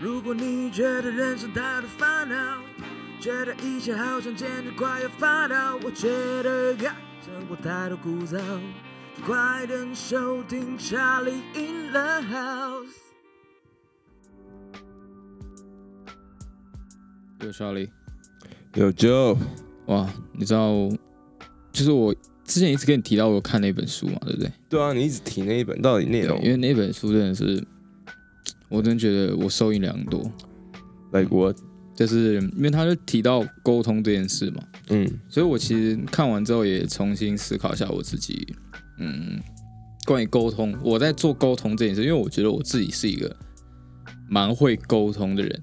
如果你觉得人生太多烦恼，觉得一切好像简直快要发抖，我觉得呀，生活太多枯燥，就快点收听《Charlie in the House》。有小李，有 Joe，哇，你知道，就是我之前一直跟你提到我有看那本书嘛，对不对？对啊，你一直提那一本，到底内容对，因为那本书真的是，我真的觉得我受益良多， like what？就是因为他就提到沟通这件事嘛，嗯所以我其实看完之后也重新思考一下我自己，嗯，关于沟通，我在做沟通这件事，因为我觉得我自己是一个蛮会沟通的人，，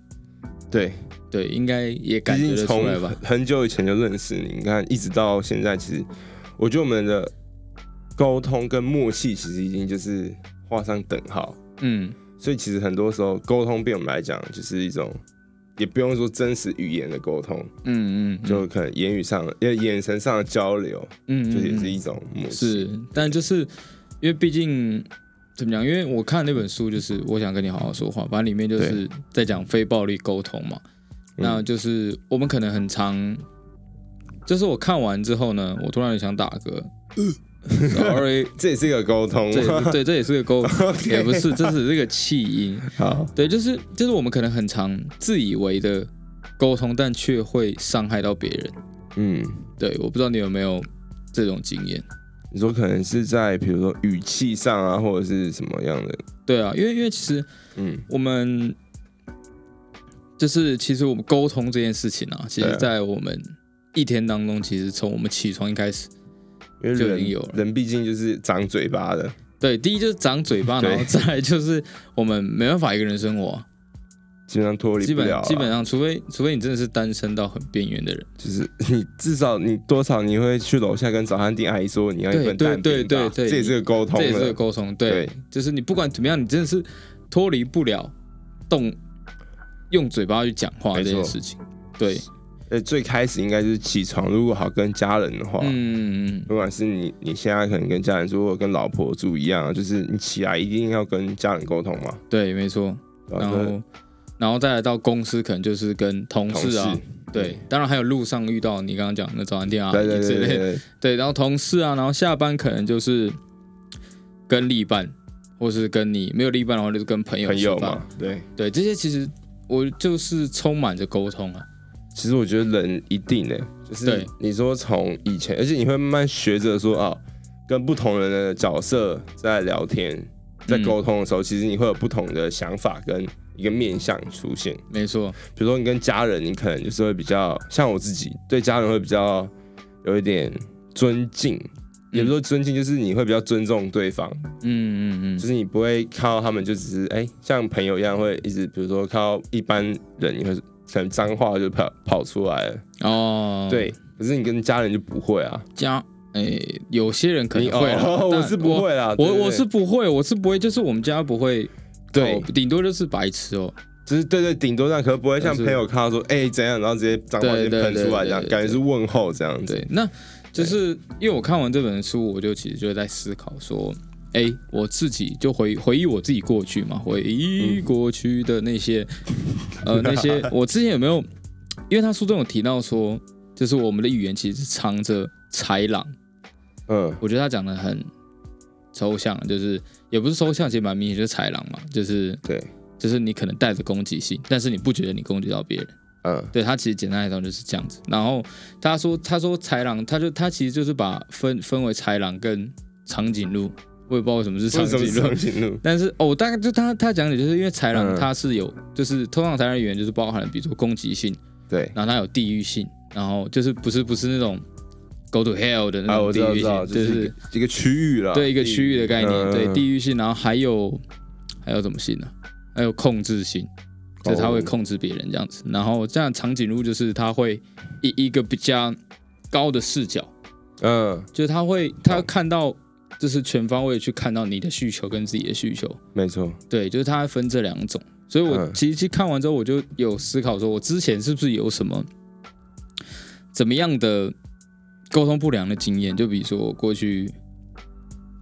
对，对，应该也毕感觉竟得从出来吧？很久以前就认识你，你看一直到现在，其实我觉得我们的沟通跟默契其实已经就是画上等号，嗯，所以其实很多时候沟通对我们来讲就是一种，也不用说真实语言的沟通，嗯嗯，就可能言语上的、也眼神上的交流，嗯，嗯就也是嗯一种默契。是，但就是因为毕竟怎么讲？因为我看那本书，就是我想跟你好好说话，反正里面就是在讲非暴力沟通嘛。嗯那就是我们可能很常，就是我看完之后呢，我突然想打 嗝。Sorry，这也是一个沟通。这也是对，这也是个 沟， OK 也不是，这只是个气音。好，对，就是就是我们可能很常自以为的沟通，但却会伤害到别人。嗯，对，我不知道你有没有这种经验。你说可能是在比如说语气上啊，或者是什么样的？对啊，因为因为其实嗯，我们就是其实我们沟通这件事情啊，其对实，啊在我们一天当中，其实从我们起床一开始，因为就已人经有了人毕竟就是长嘴巴的，对，第一就是长嘴 巴，对然后再来就是我们没办法一个人生活啊、基本上脱离基不了本啊。基本上，除非除非你真的是单身到很边缘的人，就是你至少你多少你会去楼下跟早餐店阿姨说你要一份对蛋饼对吧对对这也是个沟通这了。也是个沟通，对，对就是你不管怎么样，你真的是脱离不了动用嘴巴去讲话没这错件事情，对，呃，最开始应该就是起床，如果好跟家人的话，嗯，不管是你你现在可能跟家人住，或者跟老婆住一样啊，就是你起来一定要跟家人沟通嘛。对，没错，然后然后再来到公司，可能就是跟同同事啊，对嗯，当然还有路上遇到你刚刚讲的早餐店啊，对对之对类对的，对，对，然后同事啊，然后下班可能就是跟另一半，或是跟你没有另一半的话，就是跟朋友朋吃友饭，嘛，对。对，这些其实我就是充满着沟通啊，其实我觉得人一定的，就是对你说从以前，而且你会慢慢学着说啊，跟不同人的角色在聊天、在嗯沟通的时候，其实你会有不同的想法跟一个面向出现。没错，比如说你跟家人，你可能就是会比较像我自己，对家人会比较有一点尊敬，嗯也不是说尊敬，就是你会比较尊重对方，嗯嗯就嗯，是你不会看到他们就只是哎、像朋友一样会一直，比如说看到一般人，你会可能脏话就跑跑出来了。哦，对，可是你跟家人就不会啊，加，哎，有些人可你能会啦哦， 我但是不会啦，我，对我对我是不会，我是不会，就是我们家不会，对哦顶多就是白痴哦，就是对对，顶多这样，可是不会像就是朋友看到说哎、怎样，然后直接脏话对就对喷出来对这样，对感觉是问候这样子。对，那就是因为我看完这本书，我就其实就在思考说，哎、我自己就回回忆我自己过去嗯嘛，回忆过去的那些， 呃，那些我之前有没有？因为他书中有提到说，就是我们的语言其实是藏着豺狼，嗯，我觉得他讲的很抽象，就是也不是抽象，其实蛮明显就是豺狼嘛，就是对，就是你可能带着攻击性，但是你不觉得你攻击到别人。嗯，对他其实简单来讲就是这样子。然后他说，他说豺狼，他就他其实就是把分分为豺狼跟长颈鹿，我也不知道为什么是长为什么颈长鹿。颈鹿？ 但是哦，大概就他他讲解，就是因为豺狼嗯它是有，就是通常豺狼的语言就是包含了，比如说攻击性，对，然后它有地域性，然后就是不是不是那种 go to hell 的那啊，种我知地道，域知性，道，就就是一是个一个啊区域啦，对一个区域的概念，嗯对地域性，然后还有还有什么性呢、还有控制性，就哦是他会控制别人这样子。然后这样长颈鹿就是他会以一个比较高的视角，嗯，就是他会他看到就是全方位去看到你的需求跟自己的需求，没错，对，就是他会分这两种。所以我嗯其实其实看完之后，我就有思考说，我之前是不是有什么怎么样的沟通不良的经验？就比如说我过去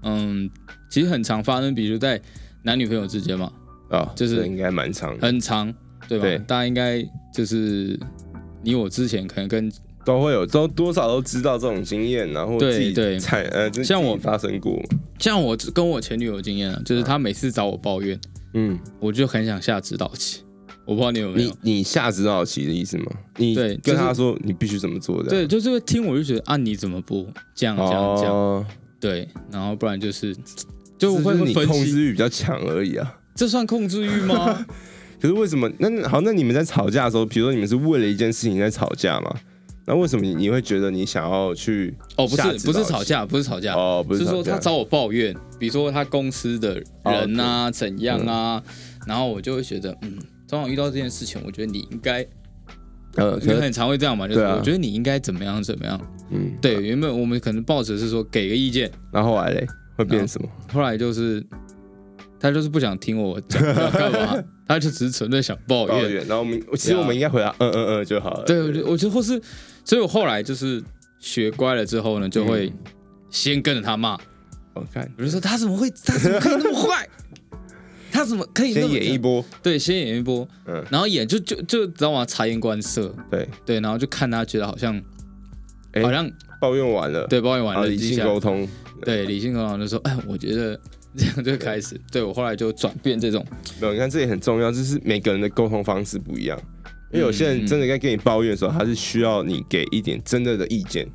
嗯，其实很常发生，比如在男女朋友之间嘛，啊，就是这应该蛮长的，很常，对吧？对大家应该就是你我之前可能跟都会有，都多少都知道这种经验，然后对自己对产呃，自己像我发生过，像我跟我前女友的经验啊，就是她每次找我抱怨，嗯，我就很想下指导棋，我不知道你有没有你。你下指导棋的意思吗？你对就跟是他说你必须怎么做的，对，就是会听我就觉得啊，你怎么不这样这样这样？哦，对，然后不然就是就这我就会是你分控析，制欲比较强而已啊。这算控制欲 吗？可是为什么？那好，那你们在吵架的时候，比如说你们是为了一件事情在吵架嘛？那为什么你你会觉得你想要去？哦，不是下指导棋不是吵架，不是吵架，哦，不就是是说吵架他找我抱怨，比如说他公司的人哦啊怎样啊，嗯然后我就会觉得嗯，通常遇到这件事情，我觉得你应该，呃，你可能很常会这样嘛，就是对啊我觉得你应该怎么样怎么样。嗯，对，原本我们可能抱着是说给个意见，然后后来嘞会变什么？后来就是他就是不想听我讲 要干嘛，他就只是纯粹想抱抱怨。怨。然后我们其实我们应该回答嗯嗯嗯就好了。对，我觉得我觉得或是，所以我后来就是学乖了之后呢，就会嗯先跟着他骂，我看比如说他怎么会，他怎么可以那么坏，他怎么可以那先么演一波，对，先演一波，嗯然后演就就就知道吗？察言观色，对，对，然后就看他觉得好像，哎好像抱怨完了，对，抱怨完然后了理一性下，沟通，对，理性沟通就说，哎，我觉得这样就开始，对我后来就转变这种，没有，你看这也很重要，就是每个人的沟通方式不一样。因为有些嗯人真的在跟你抱怨的时候，他是需要你给一点真的的意见，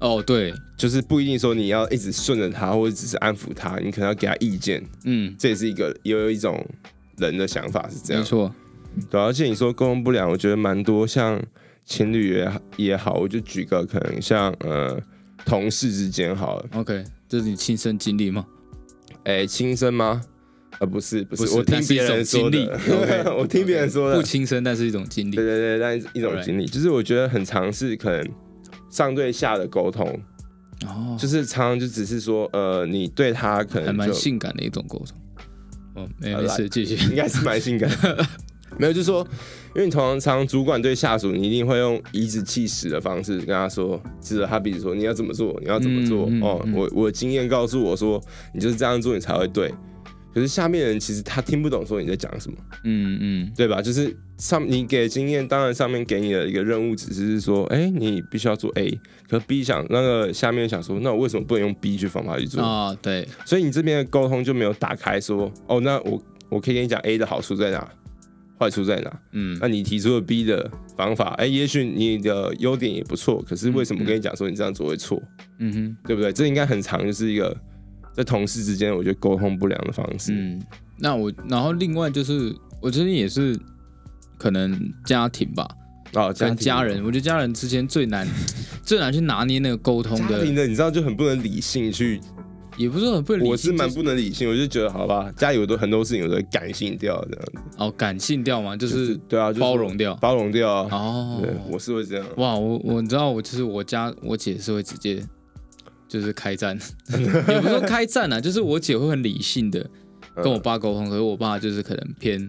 哦，对，就是不一定说你要一直顺着他，或者只是安抚他，你可能要给他意见，嗯，这也是一个也有一种人的想法是没这样。错，对啊，而且你说沟通不良，我觉得蛮多，像情侣也也好，我就举个可能像呃同事之间好了， OK，这是你亲身经历吗？哎，亲生吗？啊，不是不是，不是我那听是一别人种说经历的 OK，我听别人说的不，亲身，但是一种经历对，对对，但是一种 Alright 经历，就是我觉得很尝试可能上对下的沟通，哦，就是常常就只是说，呃，你对他可还能蛮就性感的一种沟通。哦，没有好没啦事，继续。应该是蛮性感的，没有，就是说，因为你通常常常主管对下属，你一定会用颐指气使的方式跟他说，指着他鼻子说你要怎么做，你要怎么做，嗯嗯哦，嗯我我的经验告诉我说，你就是这样做你才会对，可是下面的人其实他听不懂说你在讲什么。嗯嗯，对吧？就是上你给的经验，当然上面给你的一个任务，只是说，哎、你必须要做 A，可 B 想那个下面想说，那我为什么不能用 B 去方法去做？啊，对，所以你这边的沟通就没有打开说，哦，那我我可以跟你讲 A 的好处在哪，坏处在哪？嗯那你提出了 B 的方法，哎、也许你的优点也不错，可是为什么嗯嗯跟你讲说你这样做会错，嗯哼，对不对？这应该很长，就是一个在同事之间，我觉得沟通不良的方式。嗯。那我，然后另外就是，我最近也是可能家庭吧，啊，跟庭家人，我觉得家人之间最 难最难去拿捏那个沟通家的庭，的，你知道就很不能理性去也不是很不理性，我是蛮就是不能理性，我就觉得好吧，家里有的很多事情我都会感性掉这样子，哦感性掉嘛，就就是是对啊，就是包容掉。包容掉啊，哦，对，我是会这样，哇，我我你知道，我就是我家我姐是会直接就是开战， 也不是说开战啊，就是我姐会很理性的跟我嗯爸沟通，可是我爸就是可能偏，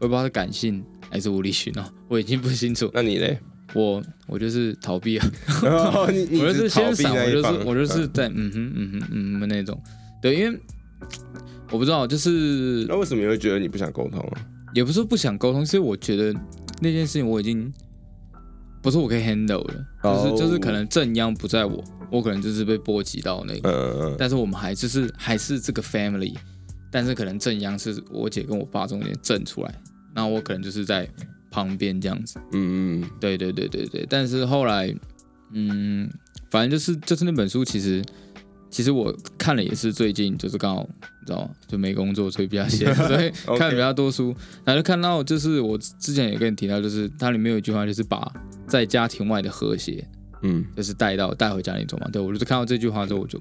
我也不知道是感性还是无理取闹， 我已经不清楚。那你 嘞？我我就是逃避啊，然后你你我就是是逃先避闪，那我一就方是，我就是在嗯哼嗯哼嗯哼那种，对，因为我不知道，就是那为什么你会觉得你不想沟通啊？也不是说不想沟通，所以我觉得那件事情我已经不是我可以 handle 了，就是、哦就是可能正央不在我，我可能就是被波及到那个，嗯嗯但是我们还就是还是这个 family，但是可能正央是我姐跟我爸中间震出来，那我可能就是在旁边这样子，嗯嗯，对对对对对，但是后来，嗯，反正就是就是那本书其实。其实我看了也是最近，就是刚好你知道吗？就没工作，所以比较闲， 所以 OK 看比较多书，然后就看到就是我之前也跟你提到，就是它里面有一句话，就是把在家庭外的和谐，嗯，就是带到带回家里走嘛。对我就是看到这句话之后，我就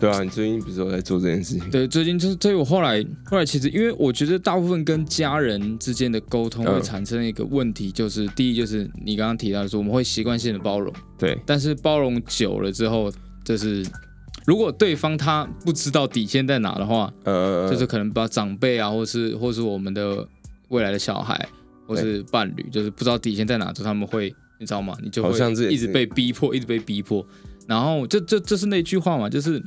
对啊，你最近不是有在做这件事情？对最近就是，所以我后来后来其实因为我觉得大部分跟家人之间的沟通嗯会产生一个问题，就是、第一就是你刚刚提到的说我们会习惯性的包容，对，但是包容久了之后，就是如果对方他不知道底线在哪的话，呃，就是可能把长辈啊，或是或是我们的未来的小孩，或是伴侣，就是不知道底线在哪，就他们会，你知道吗？你就好像这也会是一直被逼迫，一直被逼迫。然后这这这是那句话嘛，就是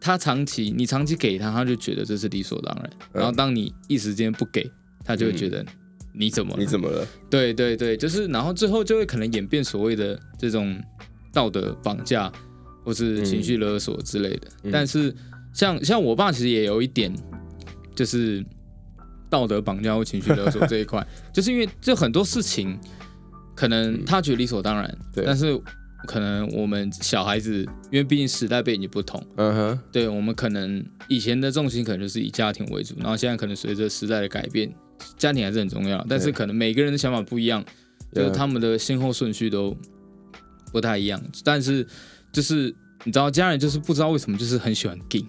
他长期你长期给他，他就觉得这是理所当然。嗯然后当你一时间不给，他就会觉得你怎么了嗯你怎么了？对对对，就是然后最后就会可能演变所谓的这种道德绑架或是情绪勒索之类的。嗯但是像像我爸其实也有一点，就是道德绑架或情绪勒索这一 块，就是因为这很多事情可能他觉得理所当然，嗯对但是可能我们小孩子因为毕竟时代背景不同，嗯哼，对我们可能以前的重心可能就是以家庭为主，然后现在可能随着时代的改变，家庭还是很重要，但是对啊可能每个人的想法不一样，就是他们的先后顺序都不太一样。但是就是你知道，家人就是不知道为什么就是很喜欢 gay，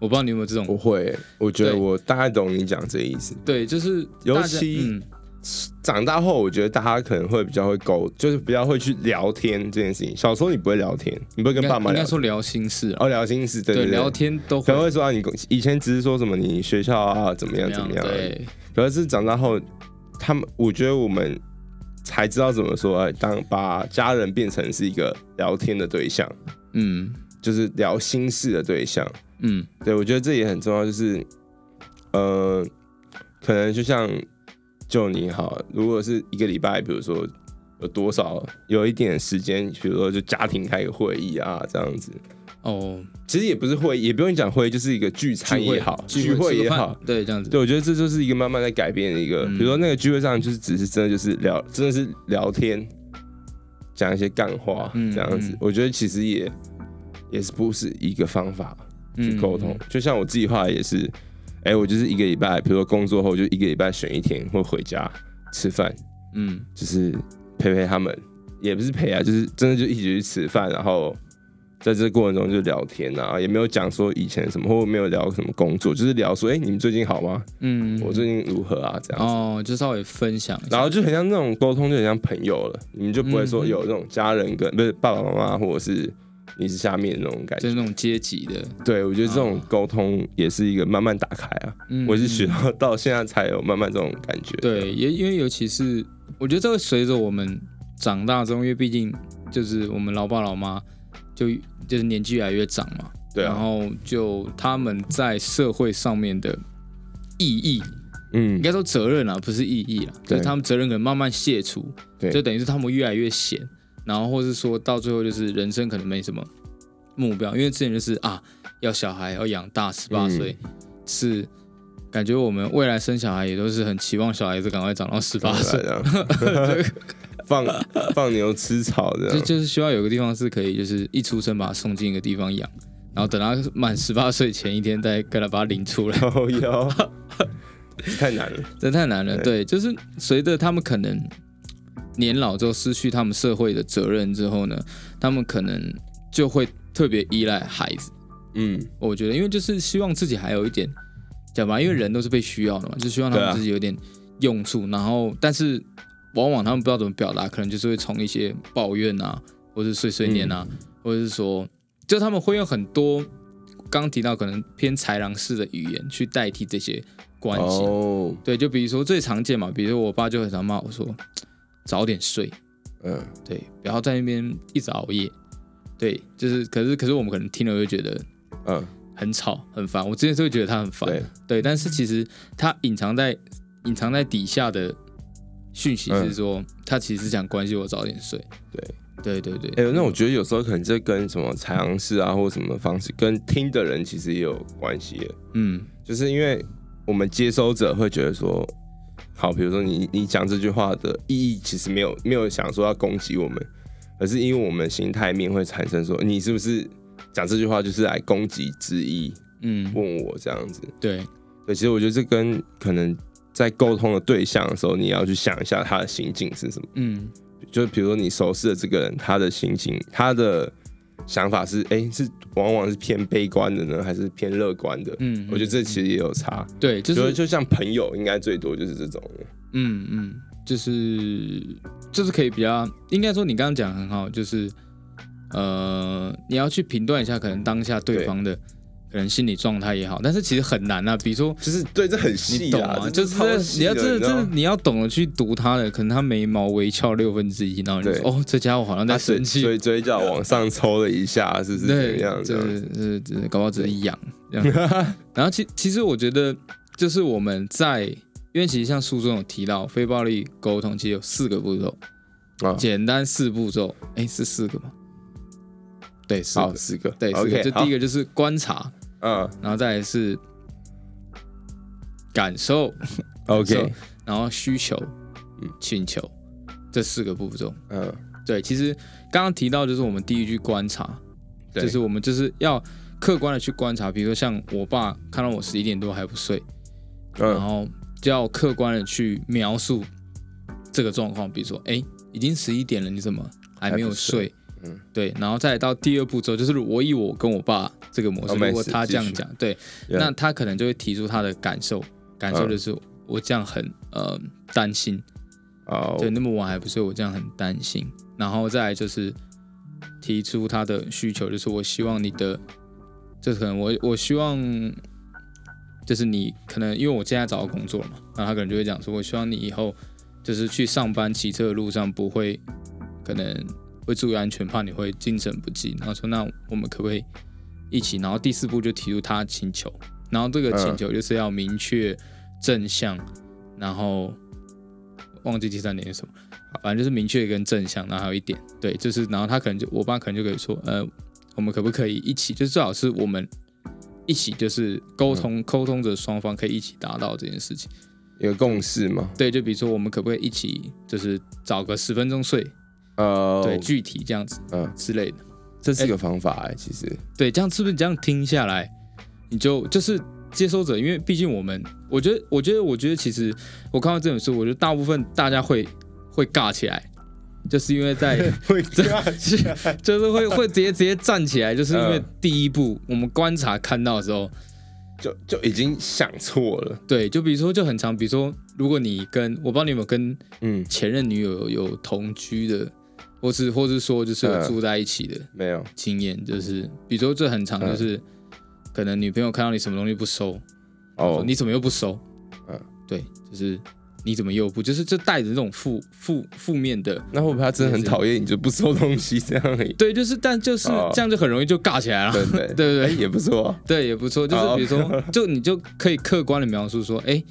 我不知道你有没有这种不会，我觉得对我大概懂你讲这意思。对，就是大家尤其嗯长大后，我觉得大家可能会比较会沟，就是比较会去聊天这件事情。小时候你不会聊天，你不会应跟该爸妈应聊该天，说聊心事啊，哦，聊心事，对对对，聊天都可能会会说啊，你以前只是说什么你学校啊怎么样怎怎么么样，对，可是长大后，他们我觉得我们才知道怎么说，哎当把家人变成是一个聊天的对象，嗯就是聊心事的对象。嗯对，我觉得这也很重要，就是，呃，可能就像就你好，如果是一个礼拜，比如说有多少有一点时间，比如说就家庭开个会议啊，这样子，哦，其实也不是会议，也不用讲会议，就是一个聚餐聚会也好，聚会吃也个饭好。对，这样子对，我觉得这就是一个慢慢在改变的一个，嗯比如说那个聚会上，就是只是真的就是聊，真的是聊天，讲一些干话嗯这样子。嗯我觉得其实也也是不是一个方法，去嗯沟通。就像我自己后来也是，哎、我就是一个礼拜，比如说工作后就一个礼拜选一天会回家吃饭，嗯就是陪陪他们，也不是陪啊，就是真的就一起去吃饭，然后在这过程中就聊天啊，也没有讲说以前什么，或没有聊什么工作，就是聊说，哎、你们最近好吗？嗯，我最近如何啊？这样。哦，就稍微分享一下，然后就很像那种沟通，就很像朋友了，你们就不会说嗯嗯有那种家人跟不是爸爸妈妈，或者是你是下面的那种感就觉是。那种阶级的，对，我觉得这种啊沟通也是一个慢慢打开啊。嗯我是学到到现在才有慢慢这种感觉。对，也因为尤其是我觉得这会随着我们长大之后，因为毕竟就是我们老爸老妈就就是年纪越来越长嘛，对然啊，后就他们在社会上面的意义，嗯应，该说责任啊，不是意义啊，就对是他们责任可能慢慢卸除，对就等于是他们越来越闲，然后或是说到最后就是人生可能没什么目标，因为之前就是啊要小孩要养大十八嗯岁、是。感觉我们未来生小孩也都是很期望小孩子赶快长到十八岁，的， 放放牛吃草这就样。就是需要有个地方是可以，就是一出生把他送进一个地方养，然后等他满十八岁前一天再跟他把他领出来，然后腰太难了。这太难了。对，就是随着他们可能年老之后失去他们社会的责任之后呢，他们可能就会特别依赖孩子。嗯，我觉得，因为就是希望自己还有一点，讲吧，因为人都是被需要的嘛，就希望他对啊们自己有点用处。然后，但是往往他们不知道怎么表达，可能就是会从一些抱怨啊，或是碎碎念嗯啊，或者是说，就他们会用很多刚刚提到可能偏豺狼式的语言去代替这些关系。哦，对，就比如说最常见嘛，比如说我爸就很常骂我说，早点睡，嗯，对，不要在那边一直熬夜。对，就是，可是，可是我们可能听了会觉得嗯，很吵很烦，我之前是会觉得他很烦，对，对但是其实他隐藏在隐藏在底下的讯息嗯是说，他其实是想关心我早点睡，对对对哎、对，那我觉得有时候可能这跟什么采样式啊，或什么方式，跟听的人其实也有关系耶。嗯就是因为我们接收者会觉得说，好，比如说你你讲这句话的意义其实没有没有想说要攻击我们，而是因为我们心态面会产生说，你是不是讲这句话就是来攻击之意，嗯，问我这样子。对，对，其实我觉得这跟可能在沟通的对象的时候，你要去想一下他的心境是什么。嗯就比如说你熟识的这个人，他的心情，他的想法是，哎、是往往是偏悲观的呢，还是偏乐观的？嗯，我觉得这其实也有差。对，就就是是就像朋友，应该最多就是这种的。嗯嗯，就是就是可以比较，应该说你刚刚讲得很好，就是呃，你要去评断一下可能当下对对方的可能心理状态也好，但是其实很难啊。比如说，就是对，这很你细懂啊，啊，这就这是超你细要的真的你知真道的吗啊你要懂得去读它的，可能它眉毛微翘六分之一，然后你就对说哦，这家伙好像在他嘴生气，嘴嘴角往上抽了一下，是不是怎么对，样？这对样对子，对对，搞不好只是痒这样。 然后其其实我觉得，就是我们在，因为其实像书中有提到，非暴力沟通其实有四个步骤，啊，简单四步骤，哎，是四个吗？对，四好个，四个，对，四个。 ，OK，就第一个就是观察，好，嗯然后再来是感受， ，OK，受然后需求嗯、请求，这四个步骤。嗯，对，其实刚刚提到就是我们第一句观察，对就是我们就是要客观的去观察，比如说像我爸看到我十一点多还不睡，然嗯，后就要客观的去描述这个状况，比如说，哎，已经十一点了，你怎么还没有睡？嗯，对，然后再到第二步骤，就是我以我跟我爸这个模式，哦没如果事他这继样续讲，对， Yeah 那他可能就会提出他的感受，感受嗯就是我这样很呃担心，哦对，那么晚还不睡，我这样很担心。然后再来就是提出他的需求，就是我希望你的，就可能我我希望，就是你可能因为我现在找到工作了嘛，那他可能就会讲说，我希望你以后就是去上班骑车的路上不会，可能会注意安全，怕你会精神不济。然后说那我们可不可以一起？然后第四步就提出他的请求，然后这个请嗯求就是要明确正向，然后忘记第三点是什么，反正就是明确跟正向，然后还有一点，对，就是然后他可能就我爸可能就可以说，呃，我们可不可以一起，就是最好是我们一起，就是呃沟通沟、通着双方可以一起达到这件事情。有共识嘛？对，就比如说我们可不可以一起，就是找个十分钟睡，呃，对，具体这样子嗯，之类的，这是个方法哎，其实，对，这样是不是这样听下来，你就就是。接收者，因为毕竟我们，我觉得，我觉得，我觉得，其实我看到这本书，我觉得大部分大家会会尬起来，就是因为在 会这是就是会会直接直接站起来，就是因为嗯第一步我们观察看到的时候，就就已经想错了，对，就比如说就很常，比如说如果你跟我不知道你有没有跟嗯，前任女友有有同居的，或是或是说就是有嗯住在一起的没有，经验，就是比如说这很常嗯就是可能女朋友看到你什么东西不收，哦，你怎么又不收？嗯对，就是你怎么又不，就是这带着这种负负负面的。那会不会他真的很讨厌你，就不收东西这样而已？对，就是，但就是、哦这样就很容易就尬起来了， 对不 对？对不对哎，？也不错啊，对，也不错。就是哦比如 说，就你就可以客观的描述说，哎、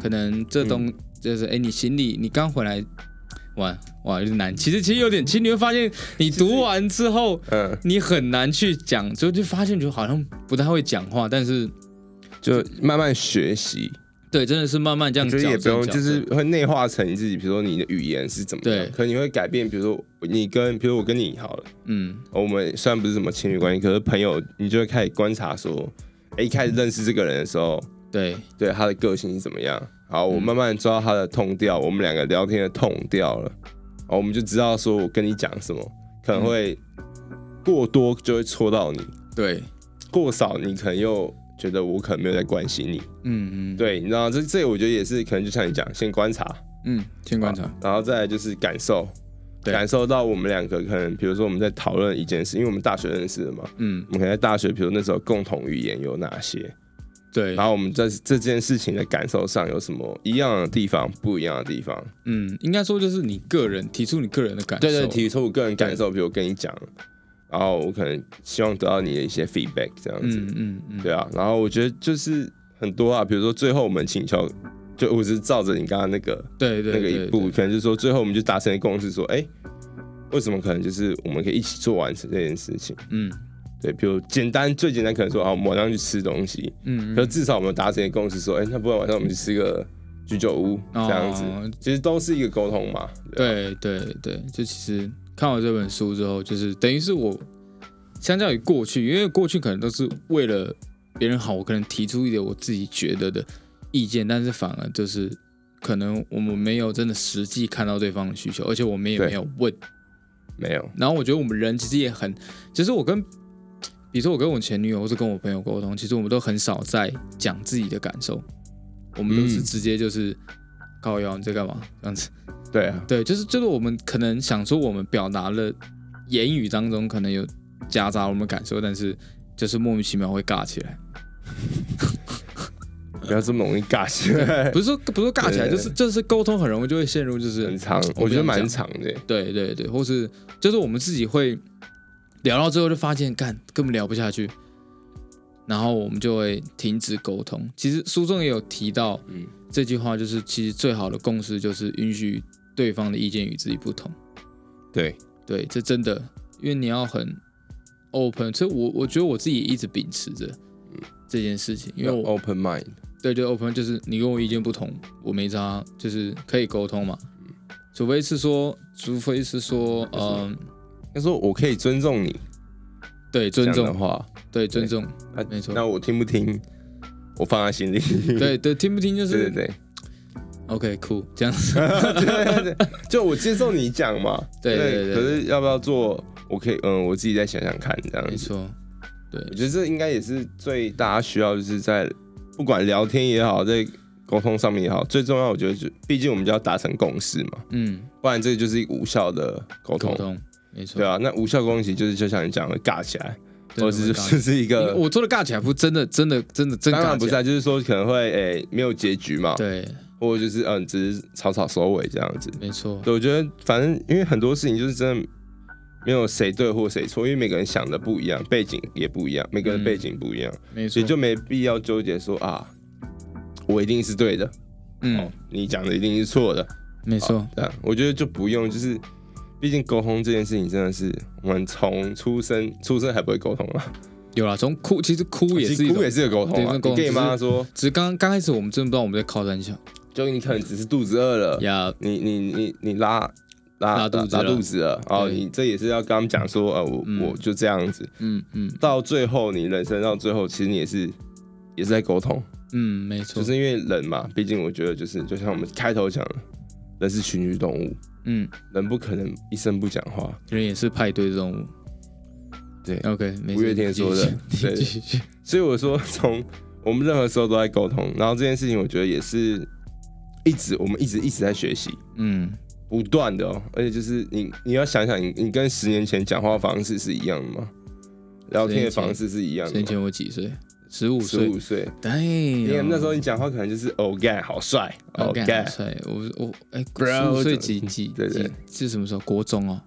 可能这东、就是哎、你行李你刚回来玩，哇，有点难。其实其实有点，其实你会发现，你读完之后，嗯，你很难去讲，就就发现就好像不太会讲话，但是就慢慢学习，对，真的是慢慢这样就讲，是也不这样用，讲就是会内化成你自己，比如说你的语言是怎么样，对可能你会改变，比如说你跟，比如我跟你好了，嗯，我们虽然不是什么情侣关系，可是朋友你就会开始观察说，哎，一开始认识这个人的时候，对，对他的个性是怎么样，好，我嗯慢慢抓到他的痛调，我们两个聊天的痛调了，好，我们就知道说我跟你讲什么，可能会嗯过多就会戳到你，对，过少你可能又觉得我可能没有在关心你，嗯嗯，，对，你知道这这我觉得也是，可能就像你讲，先观察。嗯，先观察，然后再来就是感受，对感受到我们两个可能，比如说我们在讨论一件事，因为我们大学认识的嘛，嗯我，们可能在大学，比如那时候共同语言有哪些，对，然后我们在这件事情的感受上有什么一样的地方，不一样的地方，嗯，应该说就是你个人提出你个人的感受，对对，提出我个人感受，比如我跟你讲，然后我可能希望得到你的一些 feedback 这样子，嗯嗯嗯，对啊，然后我觉得就是很多啊，比如说最后我们请求，就我只是照着你刚刚那个对对那个对一步，可能就是说最后我们就达成一个共识，说，哎、为什么可能就是我们可以一起做完这件事情？嗯对，比如简单最简单可能说，好，啊我们晚上去吃东西，嗯，可是至少我们有达成一个共识，说，哎、那不然晚上我们去吃个居酒屋这样子，哦其实都是一个沟通嘛。啊，对对对，就嗯其实看完这本书之后，就是等于是我相较于过去，因为过去可能都是为了别人好，我可能提出一点我自己觉得的意见，但是反而就是可能我们没有真的实际看到对方的需求，而且我们也对没有问。没有，然后我觉得我们人其实也很，其实我跟比如说我跟我前女友或者跟我朋友沟通，其实我们都很少在讲自己的感受，我们都是嗯直接就是。靠腰，你在干嘛？这样子，对啊，对，就是就是我们可能想说我们表达了言语当中可能有夹杂我们的感受，但是就是莫名其妙会尬起来，不要这么容易尬起来，不是说不是说尬起来，就对是就是沟通很容易就会陷入就是很长，我我觉得不想蛮讲长的。对对对，或是就是我们自己会聊到最后就发现，干根本聊不下去，然后我们就会停止沟通。其实书中也有提到嗯，这句话，就是其实最好的共识就是允许对方的意见与自己不同。对，对，这真的，因为你要很 open，所以我我觉得我自己一直秉持着这件事情，因为要我 open mind，对就 open 就是你跟我意见不同，我没差，就是可以沟通嘛。嗯除非是说，除非是说，嗯、他说我可以尊重你，对，尊这重样的，话，对，尊重，啊没错那我听不听，我放在心里。对对，听不听就 对对是对， OK，酷，这样子，对对对，就我接受你讲嘛。对对对可是要不要做？我可以，嗯，我自己再想想看，这样没子。错，我觉得这应该也是最大家需要，就是在不管聊天也好，在沟通上面也好，最重要，我觉得就毕竟我们就要达成共识嘛，嗯，不然这个就是一个无效的沟沟通。通，没错，对啊，那无效沟通其实就是就像你讲的尬起来，真的或会者是尬起就 来是因一为个，我做的尬起来不真的，真的，真的，真当然尬不起是啊，来，就是说可能会诶、没有结局嘛，对，或者就是嗯只是草草收尾这样子。没错，对，我觉得反正因为很多事情就是真的没有谁对或谁错，因为每个人想的不一样，背景也不一样，每个人嗯背景不一样，没所错，以就没必要纠结说啊，我一定是对的，嗯哦，，你讲的一定是错的，没错，对啊，我觉得就不用，就是毕竟沟通这件事情真的是我们从出生出生还不会沟通啊，有啦，从哭，其实哭也哦是其实一哭种也，是有沟通对啊是，沟你通跟你妈只说，只是刚刚开始我们真的不知道我们在靠山笑，就你可能只是肚子饿了，呀，你你你你拉拉拉肚子拉了肚子了哦，对你这也是要跟他们讲说，呃，我、嗯我就这样子，嗯嗯到最后你人生到最后，其实你也是也是在沟通，嗯，没错就，是因为人嘛，毕竟我觉得就是就像我们开头讲的，人是群居动物，嗯，人不可能一声不讲话，人也是派对动物对， ，OK，没事五月天说的继续对继续继续所以我说从我们任何时候都在沟通，然后这件事情我觉得也是一直我们一直一直在学习，嗯，不断的哦，而且就是你你要想想你，你跟十年前讲话方式是一样的吗？聊天的方式是一样先的前我几岁？十五吗？十岁五，岁，对，你看那时候你讲话可能就是哦干好帅，哦干干好帅，我我哎，十 Bro，五岁几几对对几是什么时候？国中哦，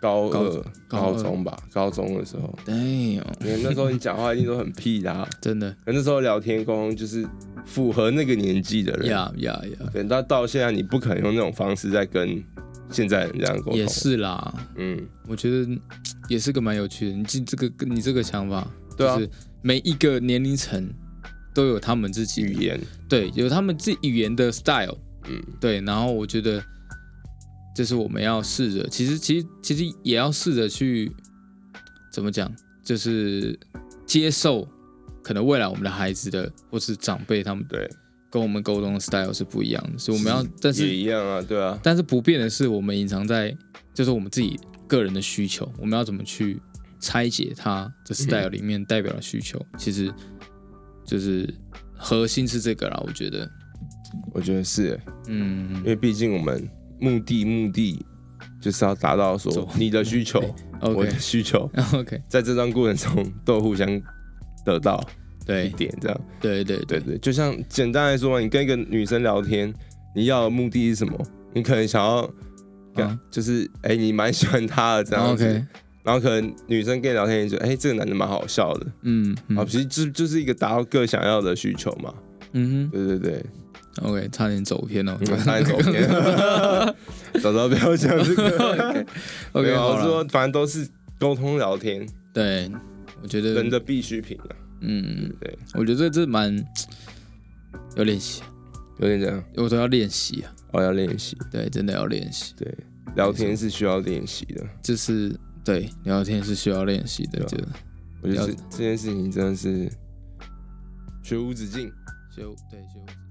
高高二高高二中吧，高中的时候，对哦，你看那时候你讲话一定都很屁的、啊，真的可那时候聊天沟通就是符合那个年纪的人，呀呀呀，等到到现在你不可能用那种方式在跟现在人这样沟通，也是啦，嗯，我觉得也是个蛮有趣的。你这这个你这个想法，对啊就是每一个年龄层都有他们自己的语，言，对，有他们自己语言的 style，嗯，对，然后我觉得这是我们要试着，其实其实其实也要试着去怎么讲，就是接受可能未来我们的孩子的或是长辈他们对，跟我们沟通的 style 是不一样的，所以我们要，但也是一样啊，对啊，但是不变的是，我们隐藏在就是我们自己个人的需求，我们要怎么去拆解它嗯这 style 里面代表的需求，其实就是核心是这个啦，我觉得，我觉得是、欸嗯因为毕竟我们目的目的就是要达到说走你的需求，我，OK 的需求，嗯 OK， 在这段过程中都互相得到一对点，这样对对对对对，就像简单来说嘛，你跟一个女生聊天，你要的目的是什么？你可能想要。啊就是哎、你蛮喜欢她的这样子，OK，然后可能女生跟你聊天，你觉得哎、这个男的蛮好笑的，嗯嗯啊，其实就就是一个达到各想要的需求嘛，嗯对对 对，哼，OK，差点走偏 了你们太走偏了，早知道不要讲这个。 没，OK，有好我是了，说反正都是沟通聊天，对，我觉得人的必需品啊，嗯，对，我觉得这蛮要练习，有点这样，我都要练习啊，哦，要练习，对，真的要练习。对，聊天是需要练习的，就是对聊天是需要练习的，对啊就我觉得了这解这件事情真的是学无止境。学对学。